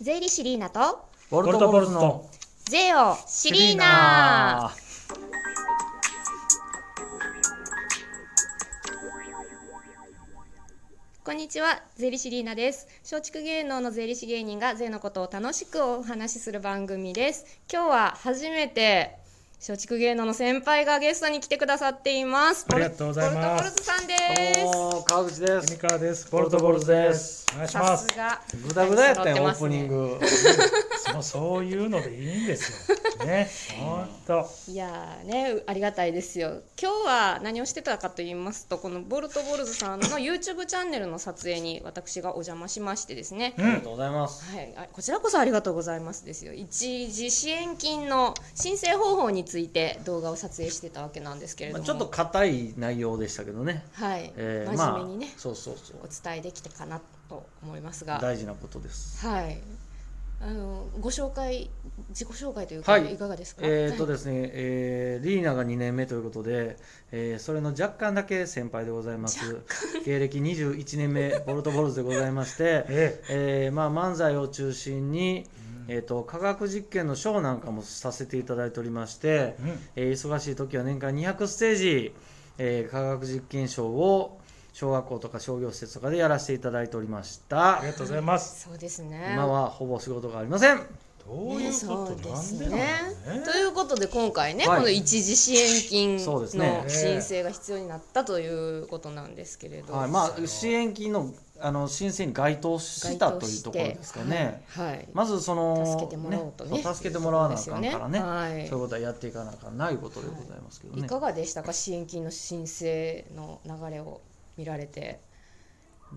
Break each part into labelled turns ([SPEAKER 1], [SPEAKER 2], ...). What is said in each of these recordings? [SPEAKER 1] 税理士リーナと
[SPEAKER 2] ウォ
[SPEAKER 3] ルトボルズの
[SPEAKER 1] 税をシリーナこんにちは税理士リーナです松竹芸能の税理士芸人が税のことを楽しくお話しする番組です今日は初めて松竹芸能の先輩がゲストに来てくださっています
[SPEAKER 3] ありがとうございま
[SPEAKER 1] ボルトボ
[SPEAKER 3] す
[SPEAKER 1] ルズさんで
[SPEAKER 2] おー川口で
[SPEAKER 3] 三
[SPEAKER 2] す
[SPEAKER 3] 河です。ボルトボルズです。お願い
[SPEAKER 1] す
[SPEAKER 3] しま
[SPEAKER 1] さ
[SPEAKER 3] す
[SPEAKER 1] す。が
[SPEAKER 2] グダグダやったよ、
[SPEAKER 1] 揃って
[SPEAKER 2] オー
[SPEAKER 1] ます
[SPEAKER 2] プ
[SPEAKER 1] ね
[SPEAKER 2] ニング
[SPEAKER 3] そうそういうのでいいんですよ。ね、本当。
[SPEAKER 1] いやーねありがたいですよ今日は何をしてたかと言いますとこのボルトボルズさんの YouTube チャンネルの撮影に私がお邪魔しましてですね、
[SPEAKER 3] うん
[SPEAKER 2] ありがとうございます
[SPEAKER 1] はい、あこちらこそありがとうございますですよ一時支援金の申請方法について動画を撮影してたわけなんですけれど
[SPEAKER 2] まあ
[SPEAKER 1] も、
[SPEAKER 2] ちょっと硬い内容でしたけどね
[SPEAKER 1] はい、
[SPEAKER 2] えー
[SPEAKER 1] 真面目にね
[SPEAKER 2] まあ、そうそうそう
[SPEAKER 1] お伝えできたかなと思いますが
[SPEAKER 2] 大事なことです
[SPEAKER 1] はいあのご紹介自己紹介というか、
[SPEAKER 2] はい
[SPEAKER 1] い、かがですか、
[SPEAKER 2] えーっと
[SPEAKER 1] はい
[SPEAKER 2] ですね、えーリーナが2年目ということで、えーそれの若干だけ先輩でございます芸歴21年目ボルトボルズでございまして
[SPEAKER 3] え
[SPEAKER 2] えーまあ、漫才を中心に、えー、と科学実験のショーなんかもさせていただいておりまして、
[SPEAKER 3] うん
[SPEAKER 2] えー忙しい時は年間200ステージ、えー科学実験ショーを小学校とか商業施設とかでやらせていただいておりまし
[SPEAKER 3] あ
[SPEAKER 2] た
[SPEAKER 3] りがとうございます。
[SPEAKER 1] そうですね
[SPEAKER 2] 今はほぼ仕事がありません
[SPEAKER 3] どうい
[SPEAKER 1] ね、
[SPEAKER 3] うこ
[SPEAKER 1] そう
[SPEAKER 3] と
[SPEAKER 1] で
[SPEAKER 3] な
[SPEAKER 1] す
[SPEAKER 3] ん
[SPEAKER 1] ね
[SPEAKER 3] でなんだろうね
[SPEAKER 1] ということで今回ね、
[SPEAKER 2] はい
[SPEAKER 1] この一時支援金
[SPEAKER 2] そう
[SPEAKER 1] の
[SPEAKER 2] ですね
[SPEAKER 1] 申請が必要になったということなんですけれど、
[SPEAKER 2] はい、まあ支援金のあの申請に該当したというところですかね。
[SPEAKER 1] はい、
[SPEAKER 2] まずその
[SPEAKER 1] 助けてもらおうとね
[SPEAKER 2] そう助けてもらわなあ
[SPEAKER 1] そ
[SPEAKER 2] かんからね
[SPEAKER 1] うですよねはい
[SPEAKER 2] そういうことはやっていかなあかんないことでございますけど
[SPEAKER 1] い
[SPEAKER 2] ね。
[SPEAKER 1] かがでしたか支援金の申請の流れを見られて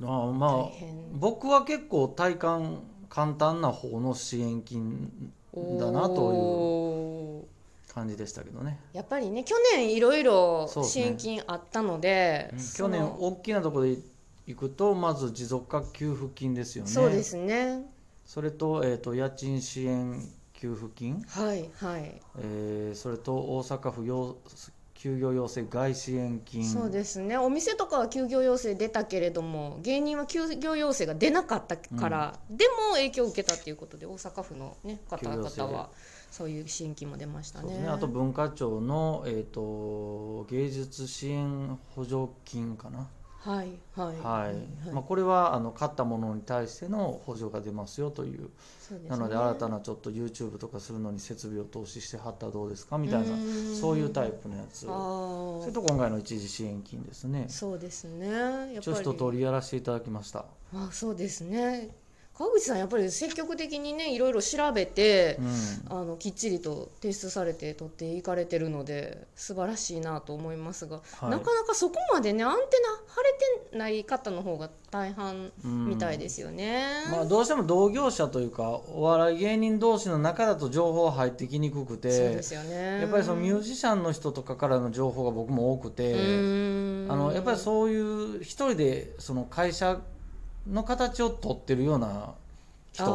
[SPEAKER 2] ああま
[SPEAKER 1] 大
[SPEAKER 2] あ
[SPEAKER 1] 変
[SPEAKER 2] 僕は結構体感簡単な方の支援金だなと
[SPEAKER 1] という
[SPEAKER 2] いう感じでしたけどね
[SPEAKER 1] やっぱりね去年いろいろ
[SPEAKER 2] そうです
[SPEAKER 1] 支
[SPEAKER 2] ね
[SPEAKER 1] 援金あったので
[SPEAKER 3] うん
[SPEAKER 2] 去
[SPEAKER 1] その
[SPEAKER 2] 年大きなところで行くとまず持続化給付金ですよね
[SPEAKER 1] そうですね
[SPEAKER 2] それと,、えー、と家賃支援給付金、
[SPEAKER 1] はいはい、
[SPEAKER 2] えーそれと大阪府要休業要請外支援金
[SPEAKER 1] そうですねお店とかは休業要請出たけれども芸人は休業要請が出なかったから、でも影響を受けたっていうことで大阪府の、ね、方々
[SPEAKER 2] 休業要
[SPEAKER 1] はそういう支援金も出ました
[SPEAKER 2] そうで
[SPEAKER 1] ね
[SPEAKER 2] すねあと文化庁の、えー、と芸術支援補助金かな
[SPEAKER 1] はいはい
[SPEAKER 2] はい
[SPEAKER 1] はい
[SPEAKER 2] まあ、これはあの買ったものに対しての補助が出ますよという
[SPEAKER 1] そうですね
[SPEAKER 2] なので新たなちょっと YouTube とかするのに設備を投資してはったらどうですかみたいな
[SPEAKER 1] うーん
[SPEAKER 2] そういうタイプのやつ
[SPEAKER 1] あ
[SPEAKER 2] そ
[SPEAKER 1] ー
[SPEAKER 2] れと今回の一時支援金ですね
[SPEAKER 1] そうですねやっぱり
[SPEAKER 2] 一応一通りやらせていただきました
[SPEAKER 1] あそうですね川口さんやっぱり積極的にねいろいろ調べて
[SPEAKER 2] う、ん
[SPEAKER 1] あのきっちりと提出されて取っていかれてるので素晴らしいなと思いますが、
[SPEAKER 2] はい
[SPEAKER 1] なかなかそこまでねアンテナ晴れてない方の方が大半みたいですよね。
[SPEAKER 2] まあ、どうしても同業者というかお笑い芸人同士の中だと情報入ってきにくく
[SPEAKER 1] そうで
[SPEAKER 2] て
[SPEAKER 1] すよね。
[SPEAKER 2] やっぱりそのミュー
[SPEAKER 1] ジ
[SPEAKER 2] ジシャンの人とかからの情報が僕も多くて。あのやっぱりそういう一人でその会社の形を取ってるような人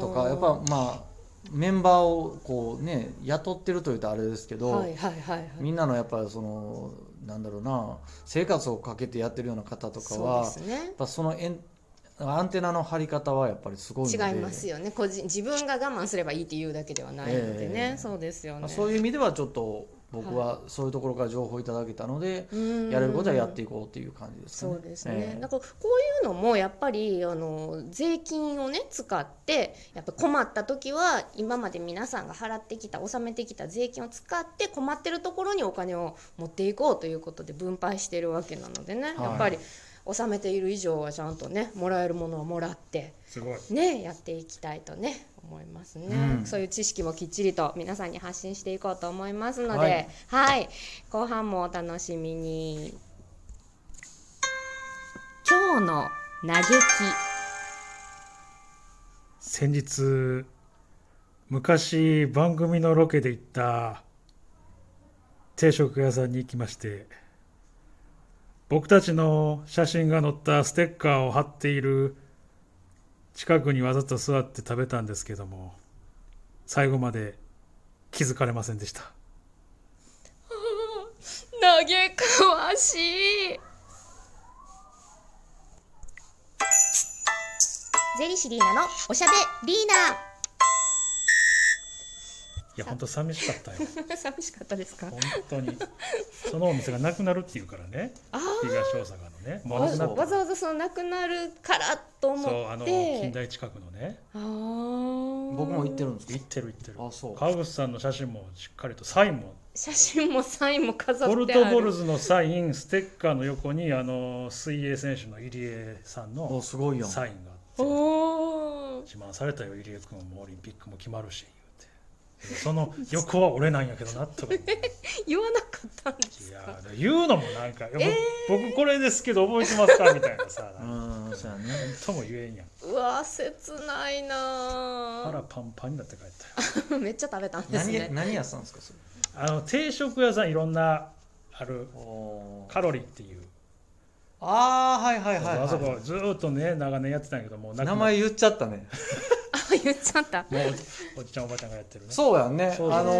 [SPEAKER 2] とかやっぱまあメンバーをこうね雇ってるというとあれですけど、
[SPEAKER 1] はいはいはいはい。
[SPEAKER 2] みんなのやっぱりそのなんだろうな生活をかけてやってるような方とかは
[SPEAKER 1] そうですね
[SPEAKER 2] やっ。ぱそのエンアンテナの張り方はやっぱりすごいので
[SPEAKER 1] 違いますよね個人自分が我慢すればいいっていうだけではないのでね、
[SPEAKER 2] ええ
[SPEAKER 1] そうですよ
[SPEAKER 2] ま
[SPEAKER 1] ね
[SPEAKER 2] あそういう意味ではちょっと僕はそういうところから情報をいただけたので、
[SPEAKER 1] うん
[SPEAKER 2] やれることはやっていこうっていう感じですかね。
[SPEAKER 1] そうですね、
[SPEAKER 2] ええ
[SPEAKER 1] だからこういうのもやっぱりあの税金をね使ってやっぱ困った時は今まで皆さんが払ってきた納めてきた税金を使って困ってるところにお金を持っていこうということで分配してるわけなのでね、
[SPEAKER 2] はい
[SPEAKER 1] やっぱり納めている以上はちゃんとねもらえるものはもらって
[SPEAKER 3] すごい。
[SPEAKER 1] ねやっていきたいとね思いますね、
[SPEAKER 2] うん
[SPEAKER 1] そういう知識もきっちりと皆さんに発信していこうと思いますのでは
[SPEAKER 2] はいい、
[SPEAKER 1] 後半もお楽しみに今日の嘆き
[SPEAKER 3] 先日昔番組のロケで行った定食屋さんに行きまして僕たちの写真が載ったステッカーを貼っている近くにわざと座って食べたんですけども最後まで気づかれませんでした
[SPEAKER 1] 嘆かわしい税理士リーナのおしゃべリー
[SPEAKER 3] いや本当寂しかったよ
[SPEAKER 1] ナ 寂しかったですか
[SPEAKER 3] 本当にそのお店がなくなるっていうからね
[SPEAKER 1] あ
[SPEAKER 3] 東大阪のね
[SPEAKER 1] あ
[SPEAKER 3] も
[SPEAKER 1] わ
[SPEAKER 3] うなくなった
[SPEAKER 1] わざわざそのなくなるからと思って
[SPEAKER 3] そうあの近代近くのね
[SPEAKER 1] あー
[SPEAKER 2] 僕も行ってるんです
[SPEAKER 3] 行ってる行ってる
[SPEAKER 2] あそう
[SPEAKER 3] 川口さんの写真もしっかりとサインも
[SPEAKER 1] 写真もサインも飾ってあ
[SPEAKER 3] ポ
[SPEAKER 1] る
[SPEAKER 3] ルトボルズのサインステッカーの横にあの水泳選手の入江さん
[SPEAKER 2] お
[SPEAKER 3] の
[SPEAKER 2] すごいやん
[SPEAKER 3] サインがあって
[SPEAKER 1] おー
[SPEAKER 3] 自慢されたよ入江君もオリンピックも決まるし言うてその横は俺なんやけどな とか思って
[SPEAKER 1] 言わなかったんです
[SPEAKER 3] い
[SPEAKER 1] か
[SPEAKER 3] や言うのもなんか、いや僕僕これですけど覚えてますかみたいなさなんか
[SPEAKER 2] うんそうやね
[SPEAKER 3] とも言えんやん
[SPEAKER 1] うわー切ない
[SPEAKER 3] 腹
[SPEAKER 1] な
[SPEAKER 3] パンパンになって帰ったよ
[SPEAKER 1] ーめっちゃ食べたんです
[SPEAKER 2] 何
[SPEAKER 1] ね
[SPEAKER 2] 何やってたんですかそれ
[SPEAKER 3] あの定食屋さんいろんなある
[SPEAKER 2] おー
[SPEAKER 3] カロリーっていう
[SPEAKER 2] ああはいはいはい、
[SPEAKER 3] あそこ
[SPEAKER 2] は
[SPEAKER 3] ずーっとね長年やってたんやけどもう
[SPEAKER 2] い、
[SPEAKER 3] なくな
[SPEAKER 2] 名
[SPEAKER 3] っ
[SPEAKER 2] 前言っちゃった ね
[SPEAKER 1] あ言っちゃった
[SPEAKER 3] もうおじちゃんおばちゃんがやってるね
[SPEAKER 2] そうやんね
[SPEAKER 3] そうそう
[SPEAKER 2] あの
[SPEAKER 1] へ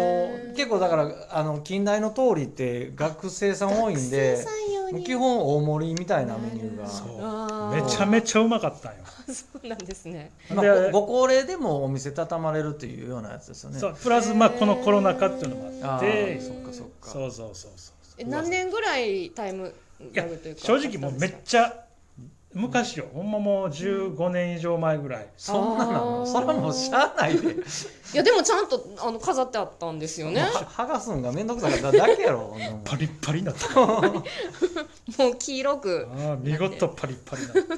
[SPEAKER 1] ー
[SPEAKER 2] 結構だからあの近代の通りって学生さん多いんで
[SPEAKER 1] 学生さん用に
[SPEAKER 2] 基本大盛りみたいなメニューが
[SPEAKER 3] そう
[SPEAKER 1] あー
[SPEAKER 3] めちゃめちゃうまかったんよ、
[SPEAKER 1] そうなんですね
[SPEAKER 2] ま
[SPEAKER 3] で
[SPEAKER 2] あ、ごご高齢でもお店畳まれるっていうようなやつですよね
[SPEAKER 3] そうプラスまあこのコロナ禍っていうのもあ
[SPEAKER 2] あ
[SPEAKER 3] っ
[SPEAKER 2] ー
[SPEAKER 3] て
[SPEAKER 2] そっかそっか
[SPEAKER 3] そうそうそうそう
[SPEAKER 1] え何年ぐらいタイム
[SPEAKER 3] いや
[SPEAKER 1] ラグというか
[SPEAKER 3] 正直もうめっちゃ昔よほんまもう15年以上前ぐらい、
[SPEAKER 2] そんな
[SPEAKER 1] あー
[SPEAKER 2] のそれはもうしゃあないで
[SPEAKER 1] いやでもちゃんとあの飾ってあったんですよね
[SPEAKER 2] もうは剥がすんが面倒くさかっただけやろこんなもん
[SPEAKER 3] パリッパリになったあ
[SPEAKER 1] もう黄色く
[SPEAKER 3] ー見事パリッパリになった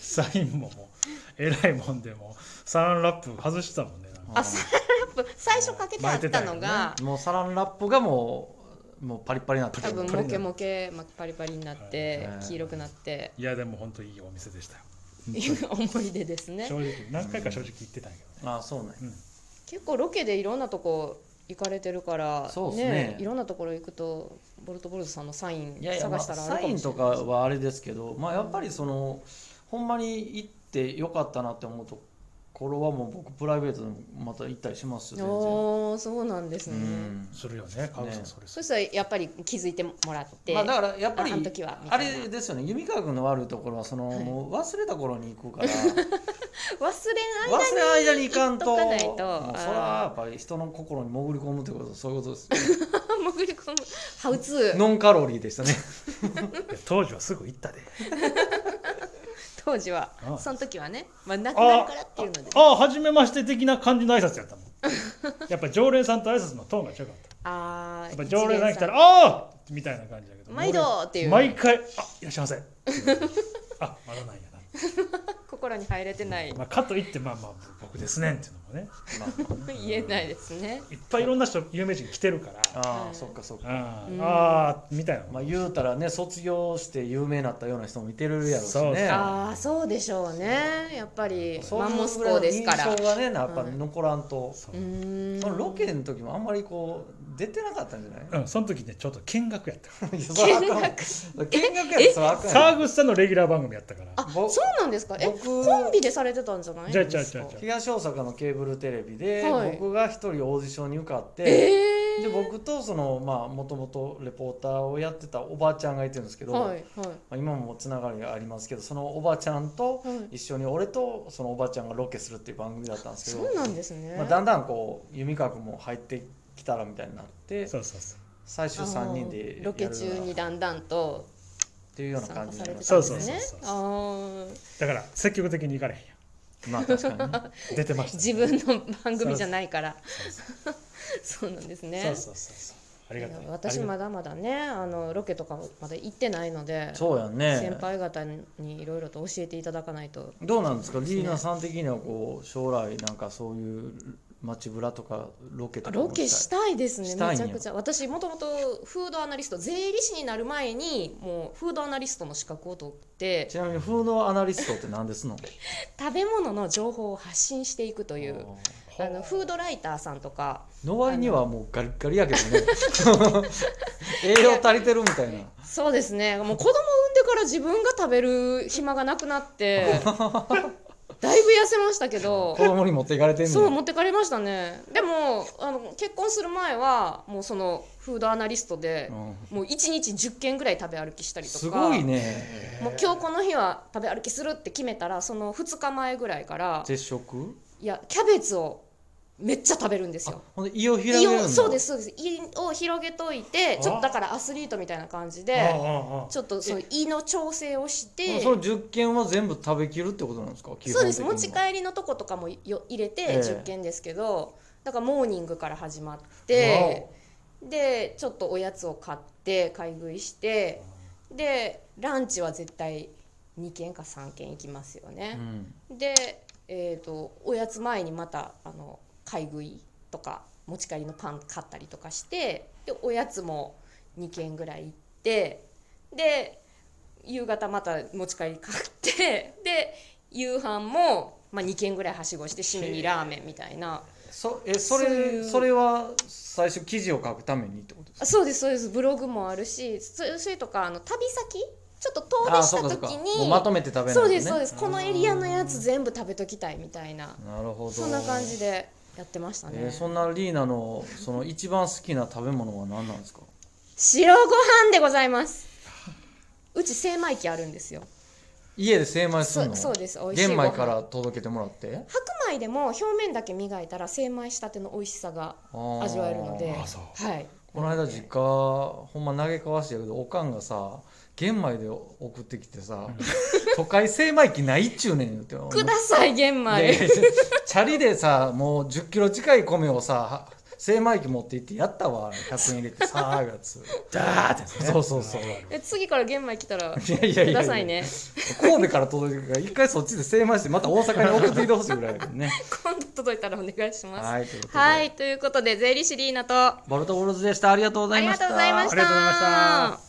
[SPEAKER 3] サインももうえらいもんでもうサランラップ外してたもんねなんか
[SPEAKER 1] あサランラップ最初かけてあったのが
[SPEAKER 2] もうサランラップがもうもうパリッパリになって
[SPEAKER 1] 多
[SPEAKER 2] る
[SPEAKER 1] 分モケモケまあパリパリになって
[SPEAKER 2] はい
[SPEAKER 1] 黄色くなって
[SPEAKER 3] いやでも本当いいお店でしたよ
[SPEAKER 1] いう思い出ですね
[SPEAKER 3] 正直何回か正直言ってたんやけどね
[SPEAKER 2] あそうね
[SPEAKER 1] 結構ロケでいろんなとこ行かれてるから
[SPEAKER 2] そうっすね
[SPEAKER 1] いろんなところ行くとボルトボルズさんのサイン
[SPEAKER 2] いやいや、
[SPEAKER 1] 探
[SPEAKER 2] まあ、
[SPEAKER 1] したら
[SPEAKER 2] サ
[SPEAKER 1] あるか
[SPEAKER 2] イ
[SPEAKER 1] も
[SPEAKER 2] ン
[SPEAKER 1] しれ
[SPEAKER 2] と
[SPEAKER 1] ない
[SPEAKER 2] かはあれですけど、まあ、やっぱりそのほんまに行ってよかったなって思うとこれはもう僕プライベートでもまた行ったりしますよ
[SPEAKER 1] おーそうなんです
[SPEAKER 2] 全
[SPEAKER 1] ね、
[SPEAKER 2] 然。
[SPEAKER 3] するよね川口さん
[SPEAKER 2] ね
[SPEAKER 3] それす
[SPEAKER 1] そ
[SPEAKER 3] る
[SPEAKER 1] したらやっぱり気づいてもらって、
[SPEAKER 2] うんまあ、だからやっぱり
[SPEAKER 1] ああの時はみた
[SPEAKER 2] あ
[SPEAKER 1] いな
[SPEAKER 2] れですよね弓川君の悪いところはその、
[SPEAKER 1] はい
[SPEAKER 2] もう忘れた頃に行くか ら忘
[SPEAKER 1] 忘れない
[SPEAKER 2] れない間に行かん
[SPEAKER 1] 行
[SPEAKER 2] と
[SPEAKER 1] っとかないと
[SPEAKER 2] もうそれはやっぱり人の心に潜り込むってことそういうことですよ
[SPEAKER 1] 潜り込むハウツ ー
[SPEAKER 2] ノンカロリーでしたね
[SPEAKER 3] いや当時はすぐ行ったで
[SPEAKER 1] 当時は
[SPEAKER 3] ああ
[SPEAKER 1] その時はね、まあ、なくなるからっていうので
[SPEAKER 3] ああ初めまして的な感じの挨拶 やったもんやっぱ常連さんと挨拶のトーンが違かった
[SPEAKER 1] ああ
[SPEAKER 3] やっぱ常連さん来たら「ああ!」みたいな感じだけど
[SPEAKER 1] 毎度っていう
[SPEAKER 3] 毎回「あいらっしゃ いませ」あまだなんやな、
[SPEAKER 1] 心に入れてない
[SPEAKER 3] まあ、かといってまあまあ僕ですねんっていうのもね
[SPEAKER 2] まあ
[SPEAKER 1] 言えないですね
[SPEAKER 3] いっぱいいろんな人有名人来てるからあ
[SPEAKER 2] あ
[SPEAKER 1] は
[SPEAKER 2] あ
[SPEAKER 1] い
[SPEAKER 2] そっかそっか
[SPEAKER 3] あ
[SPEAKER 1] うん
[SPEAKER 3] あーみたいな、
[SPEAKER 2] まあ言うたらね卒業して有名になったような人もいてるやろうしね
[SPEAKER 3] そうそう
[SPEAKER 1] ああそうでしょうねやっぱり
[SPEAKER 2] そう
[SPEAKER 1] マンモス
[SPEAKER 2] いうぐら
[SPEAKER 1] 校
[SPEAKER 2] いの
[SPEAKER 1] ですから
[SPEAKER 2] 印象がねやっぱ
[SPEAKER 1] はい
[SPEAKER 2] 残らんと、
[SPEAKER 3] そうう
[SPEAKER 1] ーん
[SPEAKER 2] そのロケの時もあんまりこう出てなかったんじゃない
[SPEAKER 3] うん、その時ねちょっと見学やったか
[SPEAKER 2] いや それあかんわ見学やでそれあからん
[SPEAKER 3] 沢
[SPEAKER 2] わ
[SPEAKER 3] 口さんのレギュラー番組やったから
[SPEAKER 1] あ
[SPEAKER 2] ぼ
[SPEAKER 1] そうなんですかえ
[SPEAKER 2] 僕
[SPEAKER 1] コンビでされてたんじゃない
[SPEAKER 3] じゃあ
[SPEAKER 1] んです
[SPEAKER 3] じゃあ
[SPEAKER 1] か
[SPEAKER 3] じゃあじ
[SPEAKER 2] 東大阪のケーブルテレビで、
[SPEAKER 1] はい
[SPEAKER 2] 僕が一人オーディションに受かって、
[SPEAKER 1] ええ
[SPEAKER 2] で僕とそのまあもともとレポーターをやってたおばあちゃんがいてるんですけど、
[SPEAKER 1] はいはい
[SPEAKER 2] まあ、今もつながりがありますけどそのおばあちゃんと
[SPEAKER 1] はい
[SPEAKER 2] 一緒に俺とそのおばあちゃんがロケするっていう番組だったんですけど
[SPEAKER 1] そうなんですね、
[SPEAKER 2] まあ、だんだんこう弓川君も入ってきたらみたいになって
[SPEAKER 3] そうそうそう
[SPEAKER 2] 最終3人で
[SPEAKER 1] あ
[SPEAKER 2] や
[SPEAKER 1] ーロケ中に
[SPEAKER 2] っ
[SPEAKER 1] だんだんと
[SPEAKER 2] ていうような
[SPEAKER 1] 参
[SPEAKER 2] 感
[SPEAKER 1] 加
[SPEAKER 2] じ
[SPEAKER 1] さ
[SPEAKER 2] に
[SPEAKER 1] れ
[SPEAKER 2] なり
[SPEAKER 1] て
[SPEAKER 2] ましたた
[SPEAKER 1] ん
[SPEAKER 3] そ
[SPEAKER 1] で
[SPEAKER 3] うそ
[SPEAKER 1] すね
[SPEAKER 3] うそうそう
[SPEAKER 1] あー
[SPEAKER 3] だから積極的に行かれへんや
[SPEAKER 2] まあ 確かにね
[SPEAKER 3] ん出てました、
[SPEAKER 1] 自分の番組じゃないから
[SPEAKER 3] そうそ
[SPEAKER 1] そうなんです
[SPEAKER 3] う
[SPEAKER 1] ね
[SPEAKER 3] そうそうそうそうありがたい
[SPEAKER 1] 私
[SPEAKER 3] あ
[SPEAKER 1] ま
[SPEAKER 3] りが
[SPEAKER 1] だまだねあのロケとかまだ行ってないので
[SPEAKER 2] そうやんね
[SPEAKER 1] 先輩方にいろいろと教えていただかないと
[SPEAKER 2] どうなんですかリーナさん的にはこう将来なんかそういう街ブラとかロケとか
[SPEAKER 1] ロケしたいですね
[SPEAKER 2] した
[SPEAKER 1] め
[SPEAKER 2] いん
[SPEAKER 1] ち
[SPEAKER 2] や
[SPEAKER 1] ゃくちゃ私もともとフードアナリスト税理士になる前にもうフードアナリストの資格を取って
[SPEAKER 2] ちなみにフードアナリストって何ですの
[SPEAKER 1] 食べ物の情報を発信していくという
[SPEAKER 3] た
[SPEAKER 1] あ
[SPEAKER 3] い
[SPEAKER 1] のフードライターさんとか
[SPEAKER 2] の割にはもうガリッガリやけどね 栄養足りてるみたいな
[SPEAKER 1] そうです ねもう子供産んでから自分が食べる暇がなくなってだいぶ痩せましたけど
[SPEAKER 2] 子供に持っていかれてんねん
[SPEAKER 1] そう持ってかれましたねでもあの結婚する前はもうそのフードアナリストで、もう1日10軒ぐらい食べ歩きしたりとか
[SPEAKER 2] すごいね
[SPEAKER 1] もう今日この日は食べ歩きするって決めたらその2日前ぐらいから
[SPEAKER 2] 絶食
[SPEAKER 1] いやキャベツをめっちゃ食べるんですよ
[SPEAKER 2] ほんで胃を開ける
[SPEAKER 1] 胃
[SPEAKER 2] ん
[SPEAKER 1] を
[SPEAKER 2] だ
[SPEAKER 1] そうですそうです胃を広げといてちょっとだからアスリートみたいな感じで
[SPEAKER 3] あ
[SPEAKER 1] ちょっとそう胃の調整をし
[SPEAKER 2] で
[SPEAKER 1] て
[SPEAKER 2] もその10件は全部食べきるってことなんですか基本的には
[SPEAKER 1] そうです持ち帰りのとことかもよ入れ
[SPEAKER 2] え
[SPEAKER 1] て
[SPEAKER 2] え
[SPEAKER 1] 10件ですけど、だからモーニングから始まってでちょっとおやつを買って買い食いしてでランチは絶対2件か3件行きますよ
[SPEAKER 2] う
[SPEAKER 1] ね、
[SPEAKER 2] ん
[SPEAKER 1] で、えー、とおやつ前にまたあの買い食いとか持ち帰りのパン買ったりとかしてでおやつも2軒ぐらい行ってで夕方また持ち帰り買ってで夕飯も、まあ、2軒ぐらいはしごして締めにラーメンみたいな
[SPEAKER 2] そえ
[SPEAKER 1] そ
[SPEAKER 2] そ
[SPEAKER 1] う
[SPEAKER 2] れ
[SPEAKER 1] いう
[SPEAKER 2] それは最初記事を書くためにってことで
[SPEAKER 1] あ
[SPEAKER 2] すか
[SPEAKER 1] そうですそうですブログもあるしそそれとかあの旅先ちょっと
[SPEAKER 2] あ
[SPEAKER 1] 遠出し
[SPEAKER 2] そう
[SPEAKER 1] た
[SPEAKER 2] かそうか
[SPEAKER 1] 時
[SPEAKER 2] も
[SPEAKER 1] に
[SPEAKER 2] うまとめて食べないと
[SPEAKER 1] そ
[SPEAKER 2] ね
[SPEAKER 1] うですそうですこのエリアのやつ全部食べときたいみたいな
[SPEAKER 2] なるほど
[SPEAKER 1] そんな感じでやってましたね、
[SPEAKER 2] えーそんなリーナのその一番好きな食べ物は何なんですか
[SPEAKER 1] 白ご飯でございますうち精米機あるんですよ
[SPEAKER 2] 家で精米するの
[SPEAKER 1] そうそうです美味しい
[SPEAKER 2] 玄
[SPEAKER 1] ご飯
[SPEAKER 2] 米から届けてもらって
[SPEAKER 1] 白米でも表面だけ磨いたら精米したての美味しさが味わえるので
[SPEAKER 3] あーそう
[SPEAKER 1] はい
[SPEAKER 2] この間実家ほんま嘆かわしてたけどおかんがさ玄米で送ってきてさ「都会精米機ないっちゅうねん」言って
[SPEAKER 1] ください玄米
[SPEAKER 2] で チャリでさもう1 0キロ近い米をさ精米機持って行ってやったわ100円入れてさあがつ
[SPEAKER 3] ダーってやつね
[SPEAKER 2] そうそうそう
[SPEAKER 1] え次から玄米来たら
[SPEAKER 2] いやいやいや
[SPEAKER 1] くださいね
[SPEAKER 2] 神戸から届いてくるから一回そっちで精米してまた大阪に送ってきてほしいぐらいだけどね
[SPEAKER 1] 今度届いたらお願いし ます
[SPEAKER 2] はいということで
[SPEAKER 1] はいということで税理士リーナとあ
[SPEAKER 2] ボルトボルズでしたありがとうござい
[SPEAKER 1] り
[SPEAKER 2] ま
[SPEAKER 1] が
[SPEAKER 2] し
[SPEAKER 1] と
[SPEAKER 2] た
[SPEAKER 1] うございました
[SPEAKER 3] ありがとうございました